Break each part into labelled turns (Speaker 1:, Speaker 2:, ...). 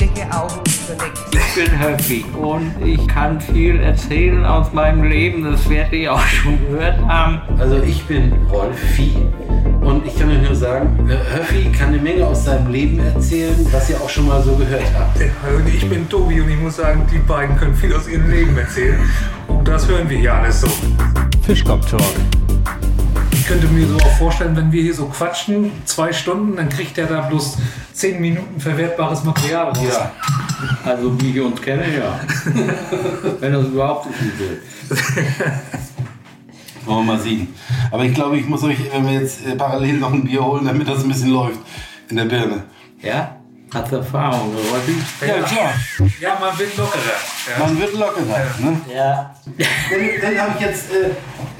Speaker 1: Dicke Augen für nichts.
Speaker 2: Ich bin happy und ich kann viel erzählen aus meinem Leben. Das werdet ihr auch schon gehört haben.
Speaker 3: Also ich bin Rolfi und ich kann euch nur sagen, äh, Höffi kann eine Menge aus seinem Leben erzählen, was ihr auch schon mal so gehört habt.
Speaker 4: Hallo, ich bin Tobi und ich muss sagen, die beiden können viel aus ihrem Leben erzählen. Und das hören wir hier alles so.
Speaker 5: Fischkopf Talk.
Speaker 4: Ich könnte mir so auch vorstellen, wenn wir hier so quatschen, zwei Stunden, dann kriegt der da bloß zehn Minuten verwertbares Material raus.
Speaker 2: Ja. Also wie wir uns kennen, ja. Wenn das überhaupt ist. Will.
Speaker 3: Wollen wir mal sehen. Aber ich glaube, ich muss euch, wenn wir jetzt äh, parallel noch ein Bier holen, damit das ein bisschen läuft in der Birne.
Speaker 2: Ja? Hat Erfahrung, oder? was?
Speaker 3: Ja, klar.
Speaker 4: Ja, man wird lockerer. Ja.
Speaker 3: Man wird lockerer. Ne?
Speaker 2: Ja.
Speaker 3: Dann, dann habe ich jetzt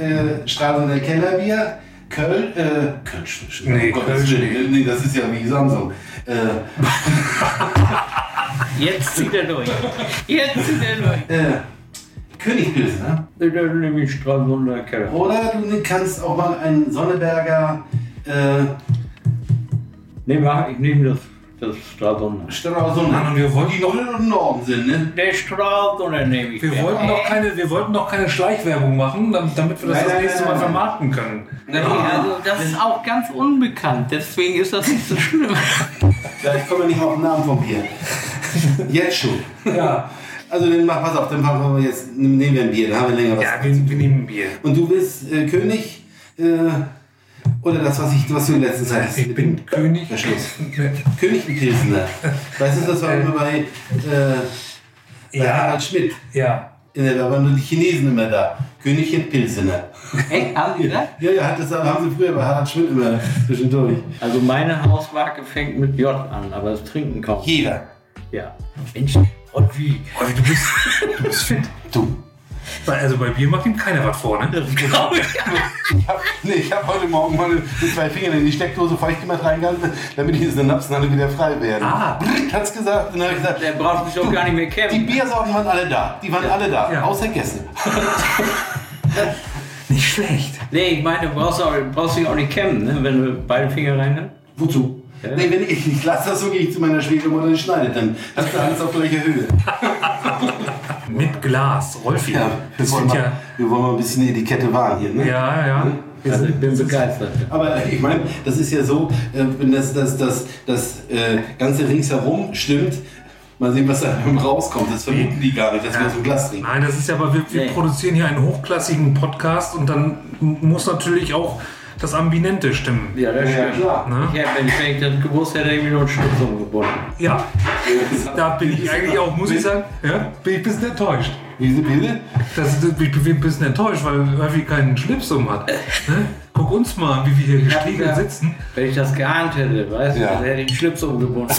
Speaker 3: äh, äh, Stralsunder Kellerbier, Köln, äh, Köln, Sch-
Speaker 4: Nee,
Speaker 3: um Gottes
Speaker 4: Köln
Speaker 3: Willen, nee, das ist ja wie Samsung. Äh,
Speaker 2: Jetzt zieht er durch. Jetzt zieht er durch.
Speaker 3: äh, Königpilsner.
Speaker 2: Dann nehme ich Stralsunder Keller.
Speaker 3: Oder du kannst auch mal einen Sonneberger äh,
Speaker 2: Nee, mach, ich nehme das, das Stralsunder.
Speaker 3: Stralsunder.
Speaker 4: Mann, und wir wollten
Speaker 3: Die noch im Norden sind, ne?
Speaker 2: Der Stralsunder nehme ich.
Speaker 4: Wir wollten, doch keine, wir wollten doch keine Schleichwerbung machen, dam- damit wir das
Speaker 3: Nein,
Speaker 4: das
Speaker 3: nein,
Speaker 4: nächste
Speaker 3: nein,
Speaker 4: Mal
Speaker 3: nein.
Speaker 4: vermarkten können.
Speaker 2: Nee, also das ist auch ganz unbekannt, deswegen ist das nicht so schlimm.
Speaker 3: Ja, ich komme nicht mal auf den Namen vom Bier. Jetzt schon.
Speaker 4: Ja,
Speaker 3: Also dann mach, pass auf, dann machen wir jetzt, nehmen wir ein Bier, dann haben wir länger was.
Speaker 4: ja wir, wir nehmen Bier.
Speaker 3: Und du bist äh, König äh, oder das, was, ich, was du in letzter Zeit hast.
Speaker 4: Ich bin König.
Speaker 3: Na, Schluss. König im Pilsner. Weißt du, das war immer bei, äh, bei
Speaker 4: Ja,
Speaker 3: Harald Schmidt.
Speaker 4: ja.
Speaker 3: In der, da waren nur die Chinesen immer da. König im Pilsener.
Speaker 2: Echt? Haben die das?
Speaker 3: Ja, ja, hat das haben sie früher bei Harald Schmidt immer zwischendurch.
Speaker 2: Also meine Hausmarke fängt mit J an, aber das Trinken kaum.
Speaker 3: Jeder.
Speaker 2: Ja. Mensch, und wie?
Speaker 4: Aber du bist, du bist fit.
Speaker 3: Du.
Speaker 4: Weil, Also bei Bier macht ihm keiner was vor, ne?
Speaker 3: Ich hab, nee, ich habe heute Morgen meine die zwei Finger in die Steckdose feucht gemacht reingehalten, damit die Synapsen alle wieder frei werden.
Speaker 4: Ah.
Speaker 3: Brrr, hat's gesagt. Dann habe ich gesagt,
Speaker 2: Der braucht mich doch gar nicht mehr
Speaker 3: die
Speaker 2: kämpfen.
Speaker 3: Biersorten waren alle da. Die waren alle da.
Speaker 4: Ja.
Speaker 3: Außer Gäste.
Speaker 4: Nicht schlecht.
Speaker 2: Nee, ich meine, du brauchst, auch, du brauchst dich auch nicht kämmen, ne? wenn du beide Finger rein hast.
Speaker 3: Wozu? Nee, wenn ich, ich lasse das so, gehe ich zu meiner Schwiegermutter und schneidet dann. Das ist alles auf gleicher Höhe.
Speaker 4: Mit Glas, Rolfi.
Speaker 3: Ja, wir
Speaker 4: das
Speaker 3: wollen,
Speaker 4: sind
Speaker 3: mal,
Speaker 4: ja.
Speaker 3: wir wollen mal ein bisschen Etikette wahren hier. Ne?
Speaker 4: Ja, ja. Wir
Speaker 2: Also
Speaker 4: sind-
Speaker 2: ich bin begeistert.
Speaker 3: Aber ich meine, das ist ja so, äh, wenn das, das, das, das äh, Ganze ringsherum stimmt, mal sehen, was da rauskommt. Das vermuten die gar nicht, dass wir so ein Glas trinken.
Speaker 4: Nein, das ist ja, aber wir, wir
Speaker 2: Nee.
Speaker 4: produzieren hier einen hochklassigen Podcast und dann m- muss natürlich auch das Ambinente stimmen.
Speaker 2: Ja, das stimmt.
Speaker 3: klar.
Speaker 4: Ne?
Speaker 2: Ich hätte, wenn ich, wenn ich das gewusst hätte, hätte ich mir noch einen Schutz umgebunden.
Speaker 4: Ja, da bin ich eigentlich auch, muss ich sagen, ja, bin ich ein bisschen enttäuscht.
Speaker 3: Diese Bilder?
Speaker 4: Das, das, ich bin ein bisschen enttäuscht, weil Murphy keinen Schlips um hat. Ne? Guck uns mal an, wie wir hier gestiegen
Speaker 2: ja.
Speaker 4: sitzen.
Speaker 2: Wenn ich das geahnt hätte, weißt du,
Speaker 3: Ja.
Speaker 2: dann hätte ich einen Schlips umgebunden.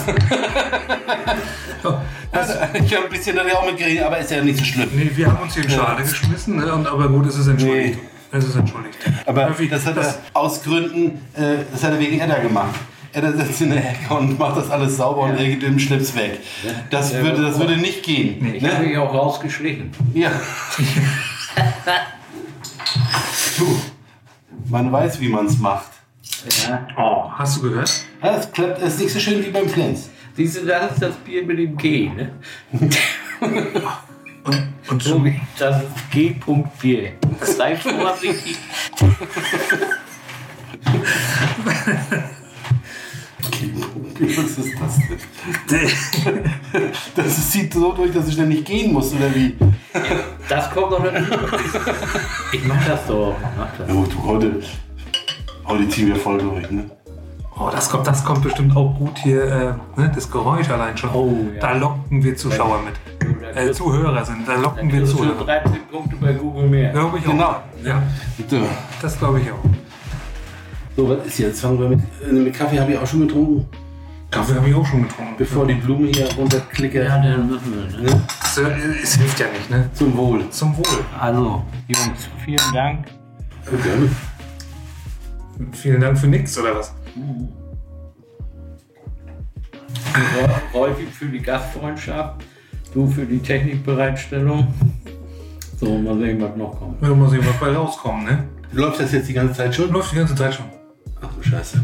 Speaker 3: Also, ich habe ein bisschen da ja auch mitgeredet, aber ist ja nicht so schlimm.
Speaker 4: Nee, wir haben uns hier in Schale geschmissen, ne? und, aber gut, es ist entschuldigt. Es ist entschuldigt.
Speaker 3: Aber
Speaker 4: Murphy,
Speaker 3: das hat er aus Gründen, äh, das hat er wegen Edda gemacht. Edda sitzt in der Ecke und macht das alles sauber und regelt den Schlips weg. Das würde, das würde nicht gehen.
Speaker 2: Ich
Speaker 3: ne?
Speaker 2: habe mich auch rausgeschlichen.
Speaker 3: Ja. du, man weiß, wie man es macht.
Speaker 2: Ja.
Speaker 4: oh, hast du gehört?
Speaker 3: Ja, Es klappt es ist nicht so schön wie beim Flens.
Speaker 2: Siehst du, das ist das Bier mit dem G, ne?
Speaker 4: Und, und
Speaker 2: So
Speaker 4: zum,
Speaker 2: wie das ist G-Punkt-Bier. Sei vorsichtig.
Speaker 3: Was ist das denn? Das sieht so durch, dass ich dann nicht gehen muss, oder wie?
Speaker 2: Das kommt doch nicht. Ich mach das doch. Ich mach das.
Speaker 3: Oh, du, heute, heute ziehen wir voll durch, ne?
Speaker 4: oh, das kommt, das kommt bestimmt auch gut hier, äh, ne? das Geräusch allein schon.
Speaker 2: Oh, ja.
Speaker 4: Da locken wir Zuschauer mit. Äh, Zuhörer sind, da locken wir
Speaker 2: Das sind
Speaker 4: Zuhörer.
Speaker 2: 13 Also Punkte bei Google mehr.
Speaker 4: Glaube ich auch.
Speaker 3: Genau.
Speaker 4: Ja,
Speaker 3: Bitte.
Speaker 4: das glaube ich auch.
Speaker 3: So, was ist jetzt? Fangen wir mit, äh, mit Kaffee, habe ich auch schon getrunken,
Speaker 4: Kaffee habe ich auch schon getrunken.
Speaker 3: bevor die Blume hier runterklicke.
Speaker 2: Ja, dann müssen wir. Ne?
Speaker 4: Es, äh, es hilft ja nicht, ne?
Speaker 3: Zum Wohl.
Speaker 4: Zum Wohl.
Speaker 2: Also, Jungs, vielen Dank.
Speaker 4: Vielen Dank für nichts, oder was?
Speaker 2: Rolfi für die Gastfreundschaft, du für die Technikbereitstellung. So, mal sehen, was noch kommt.
Speaker 4: Da muss ich was bei rauskommen, ne?
Speaker 3: Läuft das jetzt die ganze Zeit schon?
Speaker 4: Läuft die ganze Zeit schon.
Speaker 3: Ach du Scheiße.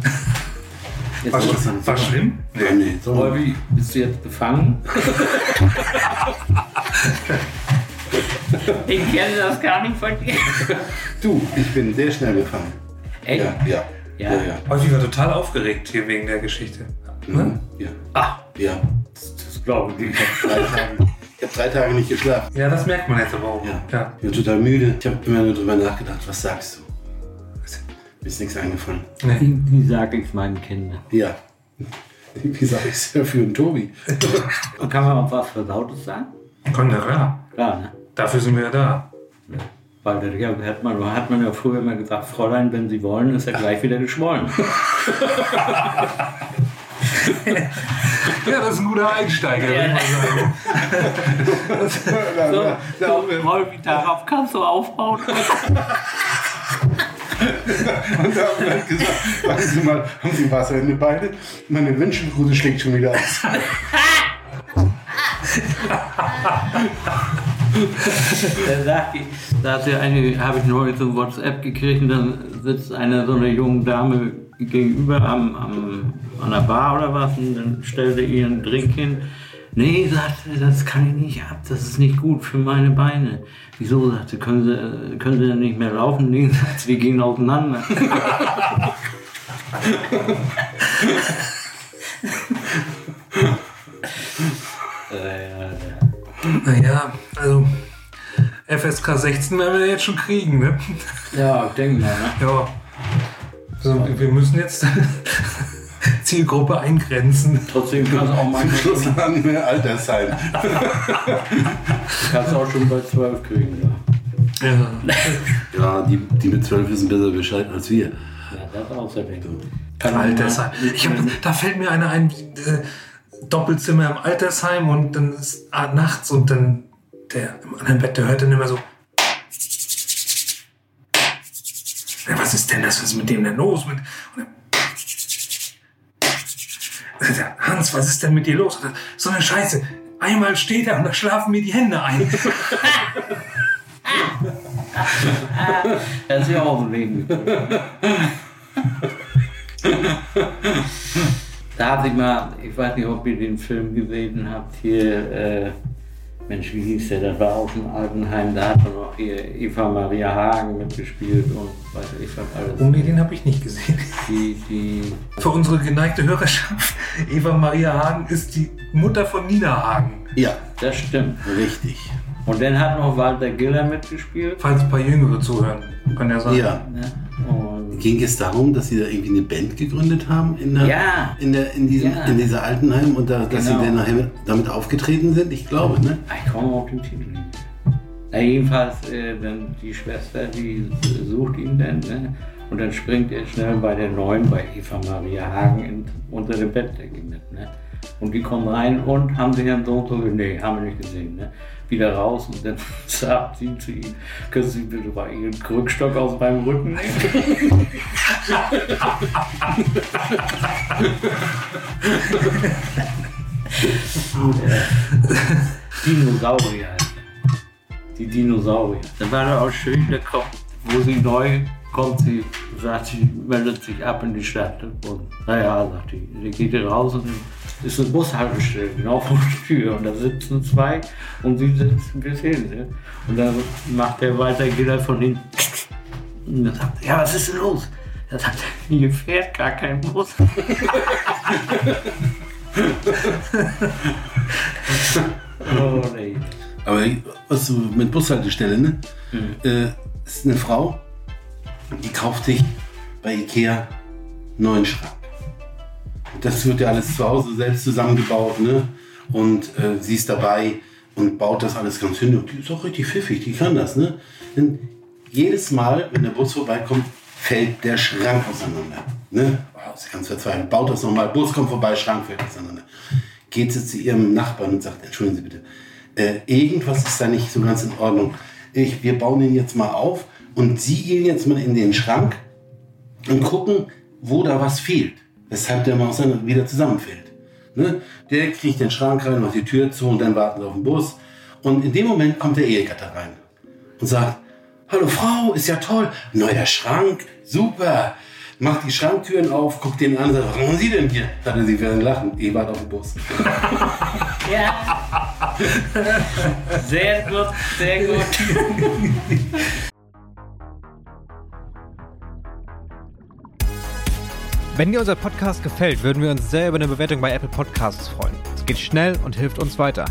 Speaker 3: Jetzt
Speaker 4: War,
Speaker 3: ist
Speaker 4: schlimm-
Speaker 3: das-
Speaker 4: war schlimm?
Speaker 3: Ah, nee, so.
Speaker 2: Wolfi, bist du jetzt befangen? ich kenne das gar nicht von dir.
Speaker 3: Du, ich bin sehr schnell gefangen.
Speaker 2: Echt?
Speaker 3: Ja, ja.
Speaker 2: Ja.
Speaker 3: ja. ja.
Speaker 4: Häufig war total aufgeregt hier wegen der Geschichte.
Speaker 3: Mhm. ja.
Speaker 2: Ah,
Speaker 3: ja.
Speaker 2: das, das glaube ich nicht.
Speaker 3: Drei Tage. Ich habe drei Tage nicht geschlafen.
Speaker 4: Ja, das merkt man jetzt aber auch.
Speaker 3: Ja.
Speaker 4: Ja.
Speaker 3: Ich bin total müde. Ich habe immer nur drüber nachgedacht, was sagst du? Mir ist nichts eingefallen.
Speaker 4: Nee.
Speaker 2: Wie sage ich meinen Kindern?
Speaker 3: Ja. Wie sage ich es ja für den Tobi?
Speaker 2: Kann man auch was Versautes sagen?
Speaker 4: Konnte, ja.
Speaker 2: Klar, ne?
Speaker 4: Dafür sind wir ja da.
Speaker 2: Weil das ja, hat, man, hat man ja früher immer gesagt, Fräulein, wenn Sie wollen, ist er gleich wieder geschwollen.
Speaker 4: Ja, das ist ein guter Einsteiger,
Speaker 2: Ja.
Speaker 4: würde ich mal sagen.
Speaker 2: So, so Wolfi, darauf kannst du aufbauen.
Speaker 3: Und da haben wir gesagt, sagen Sie mal, haben Sie Wasser in die Beine? Meine Wünschelgruse schlägt schon wieder aus.
Speaker 2: Dann sagt die, da hat sie eine, habe ich neulich so ein WhatsApp gekriegt und dann sitzt eine so eine junge Dame gegenüber am, am, an der Bar oder was und dann stellt sie ihren Drink hin. Nee, sagt sie, das kann ich nicht ab, das ist nicht gut für meine Beine. Wieso, sagt sie, können sie, äh, können sie denn nicht mehr laufen? Nee, sagt sie, wir gehen auseinander. äh,
Speaker 4: Naja, also FSK 16 werden wir jetzt schon kriegen, ne?
Speaker 2: ja, ich denke mal, ne?
Speaker 4: Ja. Also, wir müssen jetzt Zielgruppe eingrenzen.
Speaker 2: Trotzdem kann es auch
Speaker 3: Zum
Speaker 2: manchmal
Speaker 3: Schluss haben wir Altersheim.
Speaker 2: Kannst du auch schon bei 12 kriegen, ja.
Speaker 4: Ja.
Speaker 3: Ja, die, die mit zwölf wissen besser Bescheid als wir.
Speaker 2: Ja, das außerdem.
Speaker 4: Altersheim. Ich hab, da fällt mir einer ein, äh, Doppelzimmer im Altersheim und dann ist ah, nachts und dann der im anderen Bett, der hört dann immer so. Ja, was ist denn das? Was ist mit dem denn los? Mit, und dann, Sagt er, Hans, was ist denn mit dir los? Und dann, So eine Scheiße. Einmal steht er und da schlafen mir die Hände ein.
Speaker 2: Das ist ja auch ein Leben. da hatte ich mal, ich weiß nicht, ob ihr den Film gesehen habt, hier, äh, Mensch, wie hieß der? Das war auch ein Altenheim, da hat man auch hier Eva Maria Hagen mitgespielt und weiß ich was alles.
Speaker 4: Ohne den habe ich nicht gesehen.
Speaker 2: Die, die,
Speaker 4: Für unsere geneigte Hörerschaft, Eva Maria Hagen ist die Mutter von Nina Hagen.
Speaker 3: Ja,
Speaker 2: das stimmt.
Speaker 3: richtig.
Speaker 2: Und dann hat noch Walter Giller mitgespielt.
Speaker 4: Falls ein paar Jüngere zuhören, kann ja sein.
Speaker 3: Ja.
Speaker 2: Ne? Und
Speaker 3: Ging es darum, dass sie da irgendwie eine Band gegründet haben in, der,
Speaker 2: Ja.
Speaker 3: in, der, in, diesem,
Speaker 2: Ja.
Speaker 3: in dieser Altenheim und da, dass
Speaker 2: Genau.
Speaker 3: sie dann nachher damit aufgetreten sind? Ich glaube, ne?
Speaker 2: Ich komme auf den Titel nicht. Na, jedenfalls, äh, dann die Schwester, die sucht ihn dann. Ne? Und dann springt er schnell bei der Neuen, bei Eva Maria Hagen, in, unter der Bettdecke mit. Ne? Und die kommen rein und haben sich dann so und so, nee, haben wir nicht gesehen. Ne? Wieder raus und dann sagt sie zu ihm, können Sie bitte mal Ihren Rückstock aus meinem Rücken nehmen? Dinosaurier. Die Dinosaurier. Da war da auch schön, da kommt, wo sie neu kommt, sie sagt, sie meldet sich ab in die Stadt. Und naja, sagt die, sie geht hier raus und dann ist eine Bushaltestelle, genau vor der Tür. Und da sitzen zwei und sie sitzt ein bisschen. Ne? Und dann macht der weiter, geht er von hinten. Und dann sagt er, ja, was ist denn los? Er sagt, hier fährt gar kein Bus. oh, nee.
Speaker 3: Aber was du mit Bushaltestelle, ne? Äh, ist eine Frau, die kauft sich bei Ikea einen neuen Schrank. Das wird ja alles zu Hause selbst zusammengebaut, ne? Und äh, sie ist dabei und baut das alles ganz hin. Und die ist auch richtig pfiffig, die kann das, ne? Denn jedes Mal, wenn der Bus vorbeikommt, fällt der Schrank auseinander. Ne? Oh, sie ganz verzweifelt. Baut das nochmal, Bus kommt vorbei, Schrank fällt auseinander. Geht sie zu ihrem Nachbarn und sagt, entschuldigen Sie bitte, äh, irgendwas ist da nicht so ganz in Ordnung. Ich, wir bauen den jetzt mal auf und Sie gehen jetzt mal in den Schrank und gucken, wo da was fehlt. Weshalb der Maus dann wieder zusammenfällt. Ne? Der kriegt den Schrank rein, macht die Tür zu und dann warten sie auf den Bus. Und in dem Moment kommt der Ehegatte rein und sagt, hallo Frau, ist ja toll, neuer Schrank, super. macht die Schranktüren auf, guckt den an und sagt, was machen Sie denn hier? Dachte sie werden lachen. Ihr wart auf dem Bus.
Speaker 2: Ja. Sehr gut, sehr gut.
Speaker 5: Wenn dir unser Podcast gefällt, würden wir uns sehr über eine Bewertung bei Apple Podcasts freuen. Es geht schnell und hilft uns weiter.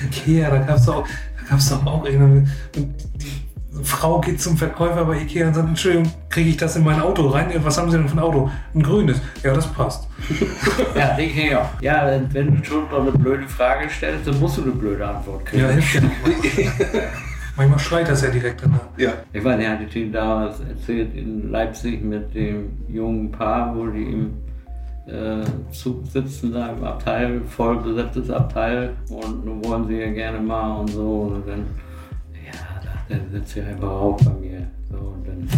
Speaker 4: Ikea, da gab es doch, da gab's doch auch irgendeine. Und die Frau geht zum Verkäufer bei Ikea und sagt: Entschuldigung, kriege ich das in mein Auto rein? Ja, Was haben Sie denn für ein Auto? Ein grünes. Ja, das passt.
Speaker 2: Ja, ich hänge auch. Ja, wenn- wenn du schon mal eine blöde Frage stellst, dann musst du eine blöde Antwort kriegen.
Speaker 4: Ja, hilft ja nicht. Manchmal schreit das ja direkt danach.
Speaker 3: Ja.
Speaker 2: Ich meine, er hatte den damals erzählt in Leipzig mit dem jungen Paar, wo die im äh, Zug sitzen, da im Abteil, voll besetztes Abteil und nun wollen sie ja gerne mal und so. Und dann, ja, da dann sitzt sie einfach auf bei mir. So, und dann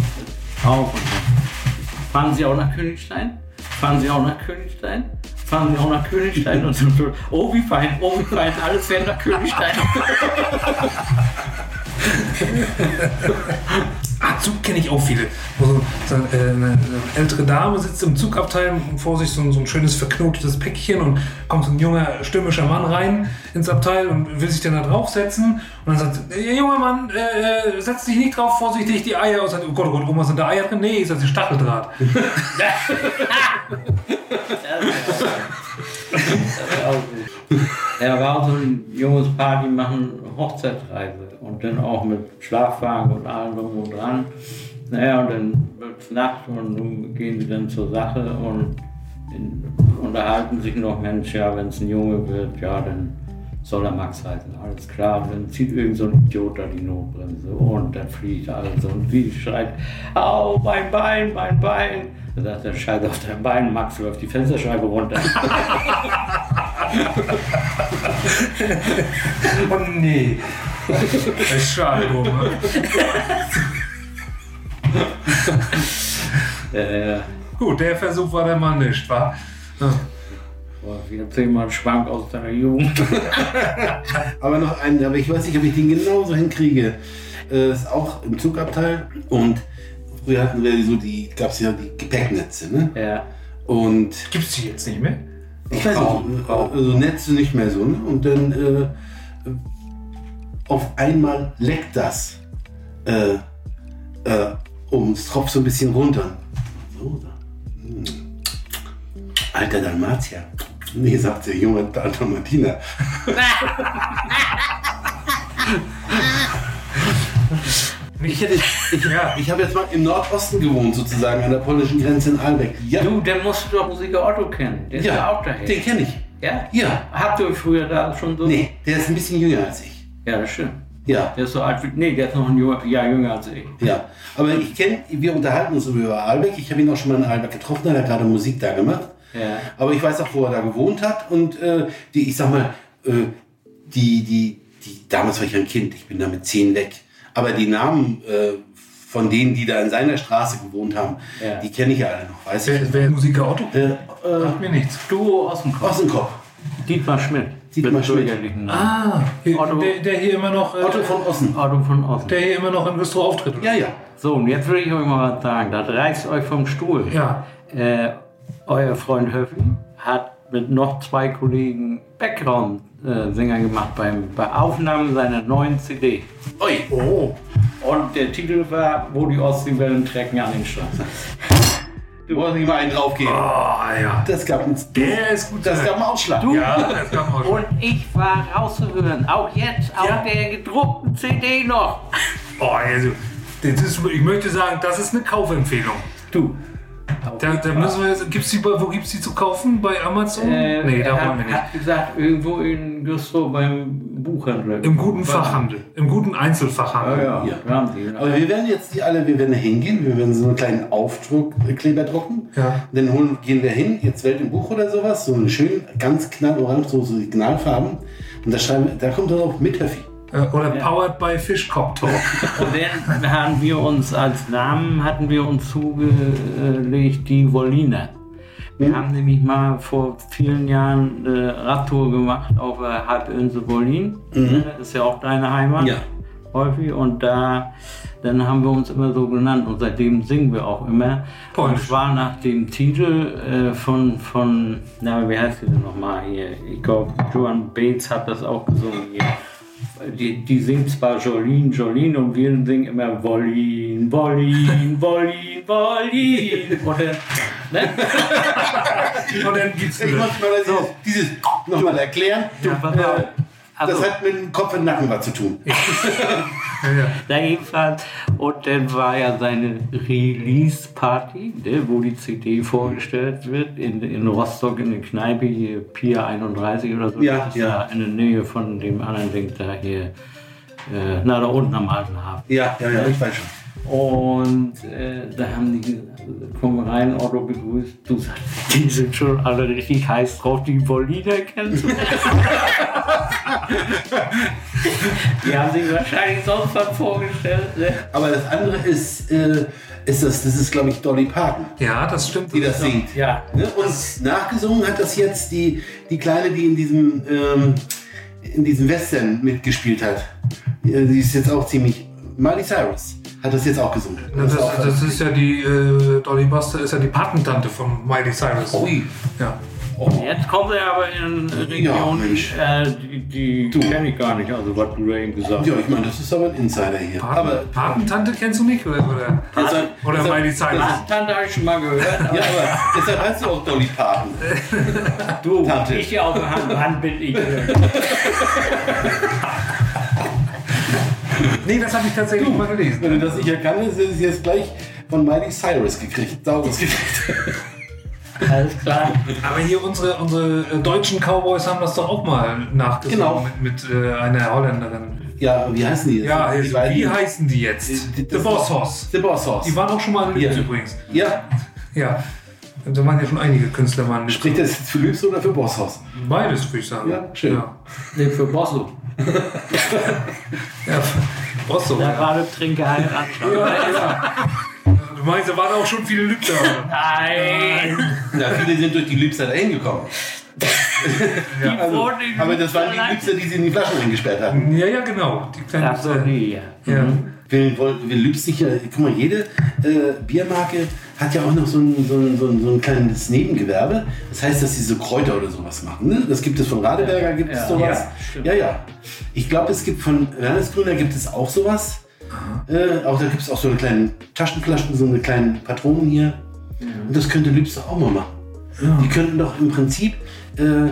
Speaker 2: auf und dann. Fahren sie auch nach Königstein? Fahren sie auch nach Königstein? Fahren sie auch nach Königstein? Und so, oh wie fein, oh wie fein, alles fährt nach Königstein.
Speaker 4: Ah, Zug kenne ich auch viele. Wo so, so, äh, eine ältere Dame sitzt im Zugabteil und vor sich so, ein- so ein schönes verknotetes Päckchen und kommt so ein junger stürmischer Mann rein ins Abteil und will sich dann da draufsetzen. Und dann sagt, äh, junger Mann, äh, äh, setz dich nicht drauf, vorsichtig, die Eier. Und sagt, oh Gott, oh Gott, Oma, sind da Eier drin? Nee, ist das ein Stacheldraht.
Speaker 2: Er war auch so ein junges Paar, die machen Hochzeitsreise und dann auch mit Schlafwagen und allem drum und dran. Naja, und dann wird's Nacht und nun gehen sie dann zur Sache und in, unterhalten sich noch, Mensch, ja, wenn es ein Junge wird, ja, dann soll er Max heißen, alles klar. Und dann zieht irgend so ein Idiot da die Notbremse und dann fliegt alles und sie schreit, au, mein Bein, mein Bein. Dann sagt der Scheiß auf dein Bein, Max wirft die Fensterscheibe runter.
Speaker 4: Oh nee. Das ist schade, Oma.
Speaker 2: äh,
Speaker 4: Gut, der Versuch war dann mal nicht, wa? Ja.
Speaker 2: Boah, ich erzähl mal einen Schwank aus deiner Jugend.
Speaker 3: Aber noch einen, aber ich weiß nicht, ob ich den genauso hinkriege. Äh, ist auch im Zugabteil. Und früher hatten wir so die, gab es ja die Gepäcknetze, ne?
Speaker 2: ja.
Speaker 3: Und
Speaker 4: Gibt's die jetzt nicht mehr?
Speaker 3: Ich weiß nicht, also Netze nicht mehr so. Ne? Und dann äh, auf einmal leckt das äh, äh, und es tropft so ein bisschen runter. So, da. Hm. Alter Dalmatier. Nee, sagt der junge Dalmatiner. Ich, hätte- ich,
Speaker 4: Ja.
Speaker 3: ich habe jetzt mal im Nordosten gewohnt, sozusagen, an der polnischen Grenze in Albeck. Ja,
Speaker 2: Du, dann musst du doch Musiker Otto kennen. Der ist ja, auch daher.
Speaker 3: den kenne ich.
Speaker 2: Ja?
Speaker 3: Ja.
Speaker 2: Habt ihr euch früher da schon so?
Speaker 3: Nee, der ist ein bisschen jünger als ich.
Speaker 2: Ja, das stimmt.
Speaker 3: Ja,
Speaker 2: Der ist so alt wie. Nee, der ist noch ein Jahr, Jahr jünger als ich.
Speaker 3: ja. Aber ich kenne, wir unterhalten uns über Albeck. Ich habe ihn auch schon mal in Albeck getroffen, er hat gerade Musik da gemacht.
Speaker 2: Ja.
Speaker 3: Aber ich weiß auch, wo er da gewohnt hat. Und äh, die, ich sag mal, äh, die, die, die, damals war ich ein Kind, ich bin da mit zehn weg. Aber die Namen äh, von denen, die da in seiner Straße gewohnt haben,
Speaker 2: Ja.
Speaker 3: die kenne ich ja alle noch, weiß ich.
Speaker 4: Wer, wer Musiker Otto?
Speaker 3: Äh,
Speaker 4: Sagt
Speaker 3: äh,
Speaker 4: mir nichts.
Speaker 2: Duo aus dem Kopf.
Speaker 3: Ossenkopf.
Speaker 2: Dietmar Schmidt.
Speaker 3: Dietmar
Speaker 2: Mit
Speaker 3: Schmidt.
Speaker 2: bürgerlichen Namen.
Speaker 4: Ah, hier,
Speaker 2: Otto.
Speaker 4: Der, der hier immer noch. äh,
Speaker 3: Otto von Ossen.
Speaker 2: Otto von Osten.
Speaker 4: der hier immer noch in Güstrow auftritt. oder?
Speaker 3: Ja, ja.
Speaker 2: So, und jetzt will ich euch mal was sagen. Das reißt euch vom Stuhl.
Speaker 4: Ja.
Speaker 2: Äh, euer Freund Höffi hat mit noch zwei Kollegen Background-Sänger gemacht beim, bei Aufnahmen seiner neuen CD.
Speaker 3: Ui.
Speaker 4: Oh.
Speaker 2: Und der Titel war, wo die Ostseewellen trecken an den Strand.
Speaker 3: Du brauchst nicht mal einen draufgeben.
Speaker 4: Oh, ja.
Speaker 3: Das gab einen,
Speaker 4: Der ist gut.
Speaker 3: das gab einen Ausschlag. Du?
Speaker 4: ja, das kann man auch.
Speaker 2: Und ich war rauszuhören, auch jetzt auf
Speaker 4: Ja.
Speaker 2: der gedruckten CD noch.
Speaker 4: Oh, also, das ist, ich möchte sagen, das ist eine Kaufempfehlung.
Speaker 2: Du.
Speaker 4: Da, da müssen wir jetzt, gibt's die, bei- wo gibt es die zu kaufen? Bei Amazon?
Speaker 2: Äh,
Speaker 4: nee, da
Speaker 2: er
Speaker 4: wollen
Speaker 2: hat,
Speaker 4: wir nicht.
Speaker 2: hat gesagt, irgendwo in Güstrow beim Buchhandel.
Speaker 4: Im guten Fachhandel. Im guten Einzelfachhandel.
Speaker 2: Ja, ja, da haben sie. ihn.
Speaker 3: Aber wir werden jetzt die alle, wir werden hingehen, wir werden so einen kleinen Aufdruck äh, Kleber drucken.
Speaker 4: Ja.
Speaker 3: Und Dann holen, gehen wir hin, jetzt Welt im Buch oder sowas, so einen schönen, ganz knallorange, so so Signalfarben. Und da schreiben wir, da kommt dann auch mit Höffi.
Speaker 4: Äh, Oder Powered by Fishcop Talk.
Speaker 2: Und dann haben wir uns als Namen hatten wir uns zugelegt die Wolliner. Wir haben nämlich mal vor vielen Jahren eine Radtour gemacht auf der Halbinsel Wollin. Das Ist ja auch deine Heimat.
Speaker 3: Ja.
Speaker 2: Häufig. Und da Dann haben wir uns immer so genannt und seitdem singen wir auch immer. Und
Speaker 4: Polnisch.
Speaker 2: es war nach dem Titel äh, von, von, na, wie heißt die denn nochmal hier? Ich glaube, Joan Bates hat das auch gesungen hier. Die, die singt zwar Jolene, Jolene und wir singen immer Wollin, Wollin, Wollin, Wollin. Und dann, ne?
Speaker 4: Und dann gibt's
Speaker 3: Ich
Speaker 4: wieder.
Speaker 3: muss mal so. dieses nochmal erklären. Äh,
Speaker 2: Du, pass auf.
Speaker 3: Das
Speaker 2: Also,
Speaker 3: hat mit dem Kopf und Nacken was zu tun.
Speaker 4: Ja, ja.
Speaker 2: da jedenfalls. Und dann war ja seine Release-Party, ne, wo die CD vorgestellt wird, in, in Rostock in der Kneipe, hier Pier 31 oder so.
Speaker 3: Ja,
Speaker 2: Das ist
Speaker 3: ja.
Speaker 2: In der Nähe von dem anderen Ding da hier, äh, na da unten am Alten Hafen.
Speaker 3: Ja, ja, ja, ich weiß schon.
Speaker 2: Oh, Und äh, da haben die gesagt, komm rein, Otto begrüßt. Du sagst, die sind schon alle richtig heiß drauf, die Bollider kennenzulernen. die haben sich wahrscheinlich sonst was vorgestellt. Ne?
Speaker 3: Aber das andere ist, äh, ist das, das ist glaube ich Dolly Parton,
Speaker 4: ja, das stimmt.
Speaker 3: die das singt.
Speaker 2: Ja.
Speaker 3: Ne? Und nachgesungen hat das jetzt die, die Kleine, die in diesem, ähm, in diesem Western mitgespielt hat. Äh, Die ist jetzt auch ziemlich. Miley Cyrus hat das jetzt auch gesungen.
Speaker 4: Na,
Speaker 3: ist
Speaker 4: Das,
Speaker 3: auch-
Speaker 4: das ist ja die, äh, Dolly Buster ist ja die Patentante von Miley Cyrus.
Speaker 3: Ui.
Speaker 4: Ja.
Speaker 2: Jetzt kommen sie aber in
Speaker 3: Ja,
Speaker 2: Regionen,
Speaker 3: Mensch.
Speaker 2: äh, die, die kenne ich gar nicht, also was du da eben gesagt
Speaker 3: Ja, ich meine, das ist aber ein Insider hier.
Speaker 4: Paten,
Speaker 3: Aber Also,
Speaker 4: Patentante kennst du nicht, oder? Oder,
Speaker 3: deshalb,
Speaker 4: oder
Speaker 3: deshalb,
Speaker 4: Miley Cyrus.
Speaker 2: hast. Tante habe ich schon mal gehört, aber
Speaker 3: ja, aber deshalb heißt du auch Dolly Parton.
Speaker 2: du,
Speaker 3: Tante.
Speaker 2: ich hier auf der Hand, Hand bin ich.
Speaker 4: Nee, das habe ich tatsächlich mal gelesen.
Speaker 3: Wenn du das nicht erkannt hast, ist es jetzt gleich von Miley Cyrus gekriegt. Saurus gekriegt.
Speaker 2: Alles klar.
Speaker 4: Aber hier unsere, unsere äh, deutschen Cowboys haben das doch auch mal nachgesungen
Speaker 3: Genau.
Speaker 4: mit, mit äh, einer Holländerin.
Speaker 3: Ja, wie heißen die jetzt?
Speaker 4: Ja, also
Speaker 3: die beiden-
Speaker 4: wie heißen die jetzt?
Speaker 3: Die- die-
Speaker 4: The Boss Hoss.
Speaker 3: The Boss Horse.
Speaker 4: Die waren auch schon mal in Lübeck
Speaker 3: Ja.
Speaker 4: übrigens.
Speaker 3: ja,
Speaker 4: Ja. Da waren ja schon einige Künstler mal in Lübeck.
Speaker 3: spricht das jetzt für Lübs oder für Boss Horse?
Speaker 4: Beides, würde ich sagen.
Speaker 3: Ja, schön.
Speaker 2: Nee, für Bosso.
Speaker 4: Ja, Bosso.
Speaker 2: Da
Speaker 4: Ja.
Speaker 2: gerade trinke halt
Speaker 4: Ja, ja. Du meinst, da waren auch schon viele Lübder. oder?
Speaker 2: Nein!
Speaker 3: Na, viele sind durch die Lübser dahin gekommen.
Speaker 4: Ja.
Speaker 3: Also,
Speaker 2: Vor den
Speaker 3: aber das waren
Speaker 2: Lübser
Speaker 3: die Lübser, die sie in die Flaschen eingesperrt haben.
Speaker 4: Ja, ja, genau. Die kleinen
Speaker 2: Ach so,
Speaker 4: Lübster.
Speaker 2: die, ja.
Speaker 4: Ja.
Speaker 3: Will, will, will Lübs sicher, guck mal, jede äh, Biermarke hat ja auch noch so ein, so, ein, so, ein, so ein kleines Nebengewerbe. Das heißt, dass sie so Kräuter oder sowas machen. Ne? Das gibt es von Radeberger, gibt es
Speaker 2: Ja,
Speaker 3: sowas.
Speaker 2: ja, stimmt.
Speaker 3: Ja, ja. Ich glaube, es gibt von Landesgrüner gibt es auch sowas. Äh, auch da gibt es auch so eine kleine Taschenflaschen, so eine kleine Patronen hier. Und das könnte Lübs doch auch mal machen. Die könnten doch im Prinzip äh,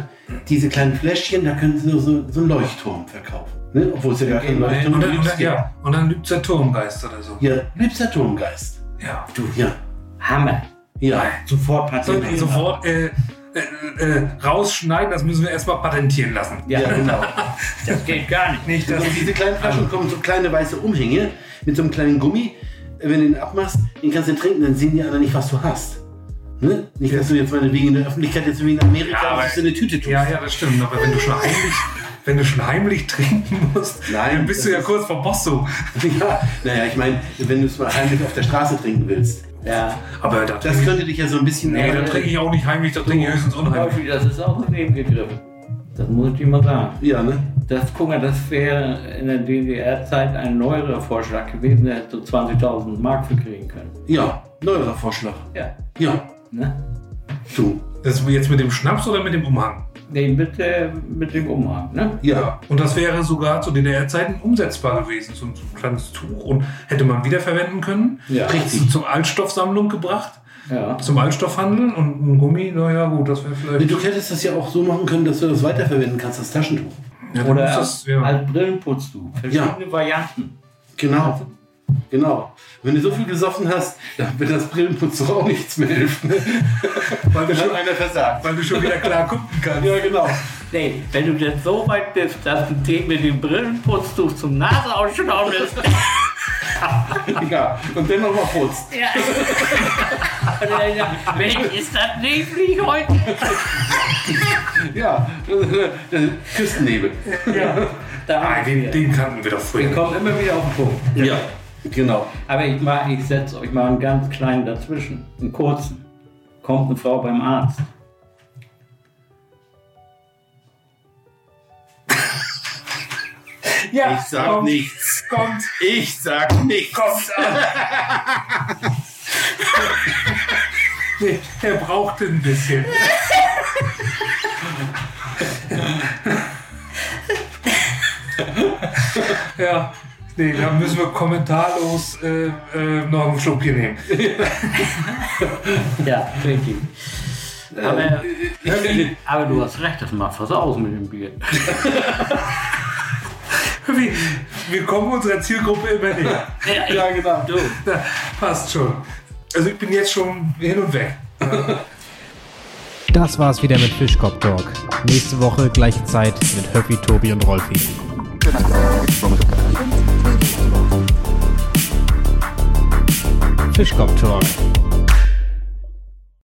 Speaker 3: diese kleinen Fläschchen, da könnten sie so, so einen Leuchtturm verkaufen. Ne? Obwohl es ja gar keinen Leuchtturm
Speaker 4: Und
Speaker 3: in
Speaker 4: dann, und
Speaker 3: Lübs
Speaker 4: dann,
Speaker 3: gibt.
Speaker 4: ja. Und dann Lübzer Turmgeist oder so.
Speaker 3: Ja, liebster Turmgeist.
Speaker 4: Ja.
Speaker 3: Du, ja.
Speaker 2: Hammer.
Speaker 3: Ja.
Speaker 2: Sofort
Speaker 4: Sollen
Speaker 2: passiert.
Speaker 4: wir sofort äh, äh, äh, rausschneiden, das müssen wir erstmal patentieren lassen.
Speaker 3: Ja, genau.
Speaker 2: Das geht gar nicht.
Speaker 4: Nicht, dass
Speaker 3: Und diese kleinen
Speaker 4: Ähm.
Speaker 3: Flaschen kommen so kleine weiße Umhänge mit so einem kleinen Gummi. Wenn du den abmachst, den kannst du trinken, dann sehen die anderen nicht, was du hast. Ne? Nicht, dass du jetzt mal wegen in der Öffentlichkeit, jetzt wegen Amerika,
Speaker 4: Ja, aber-
Speaker 3: dass du eine Tüte tust.
Speaker 4: ja, ja, das stimmt. Aber wenn du schon heimlich, wenn du schon heimlich trinken musst,
Speaker 3: Nein,
Speaker 4: dann bist du
Speaker 3: das
Speaker 4: ja kurz vor Bosso.
Speaker 3: ja. Naja, ich meine, wenn du es mal heimlich auf der Straße trinken willst.
Speaker 2: Ja.
Speaker 4: Aber da
Speaker 3: Das
Speaker 4: trinke ich,
Speaker 3: könnte dich ja so ein bisschen...
Speaker 4: Mhm. nee, da trinke ich auch nicht heimlich, da trinke ich höchstens unheimlich.
Speaker 2: Häufig, das ist auch daneben gegriffen. Das muss ich dir mal sagen.
Speaker 3: ja, ne?
Speaker 2: Das, guck mal, das wäre in der DDR-Zeit ein neuerer Vorschlag gewesen. Da hättest du 20.000 Mark für kriegen können.
Speaker 3: Ja, neuerer Vorschlag.
Speaker 2: Ja.
Speaker 3: Ja,
Speaker 2: Ne?
Speaker 3: du.
Speaker 4: Das jetzt mit dem Schnaps oder mit dem Umhang?
Speaker 2: Nee, mit, äh, mit dem Umhang. Ne?
Speaker 3: Ja.
Speaker 4: Und das wäre sogar zu DDR-Zeiten umsetzbar gewesen. So ein, so ein kleines Tuch und hätte man wiederverwenden können.
Speaker 2: Ja.
Speaker 3: Richtig.
Speaker 4: Zur Altstoffsammlung gebracht,
Speaker 2: Ja.
Speaker 4: zum Altstoffhandel und ein Gummi, naja gut, das wäre vielleicht.
Speaker 3: Du hättest das ja auch so machen können, dass du das weiterverwenden kannst, das Taschentuch.
Speaker 4: Ja, dann
Speaker 2: Oder
Speaker 4: ist
Speaker 2: als
Speaker 4: das, ja.
Speaker 2: Brillenputz du. Verschiedene Varianten.
Speaker 3: Genau. Genau. Wenn du so viel gesoffen hast, dann wird das Brillenputz doch auch nichts mehr helfen.
Speaker 4: Weil wir schon-
Speaker 3: einer versagt.
Speaker 4: weil du schon wieder klar gucken kannst.
Speaker 3: Ja, genau.
Speaker 2: Nee, wenn du jetzt so weit bist, dass ein Tee mit dem Brillenputztuch zum Nase ausschnauben ist,
Speaker 3: Ja. Und dann nochmal putzt.
Speaker 2: Ja. Mensch, ist das neblig heute?
Speaker 3: Ja. Küstennebel.
Speaker 2: Ja. Da
Speaker 4: Nein, den, den kannten wir doch
Speaker 2: Wir
Speaker 4: früher.
Speaker 2: Ah, kommen immer wieder auf den Punkt.
Speaker 3: Ja. Genau.
Speaker 2: Aber ich, mach- ich setze euch mal einen ganz kleinen dazwischen, einen kurzen. Kommt eine Frau beim Arzt.
Speaker 4: Ja,
Speaker 3: Ich sag nichts.
Speaker 4: kommt,
Speaker 3: Ich sag nichts.
Speaker 4: kommt an. nee, er braucht ein bisschen. ja, nee, da müssen wir kommentarlos äh, äh, noch einen Schluck hier nehmen.
Speaker 2: Ja, richtig. Aber, aber du hast recht, das macht was aus mit dem Bier.
Speaker 4: Wir, wir kommen unserer Zielgruppe immer näher.
Speaker 2: Ja, genau. Du,
Speaker 4: Na, passt schon. Also ich bin jetzt schon hin und weg.
Speaker 5: Das war's wieder mit Fischkopf Talk. Nächste Woche gleiche Zeit mit Höppi, Tobi und Rolfi. Fischkopf Talk.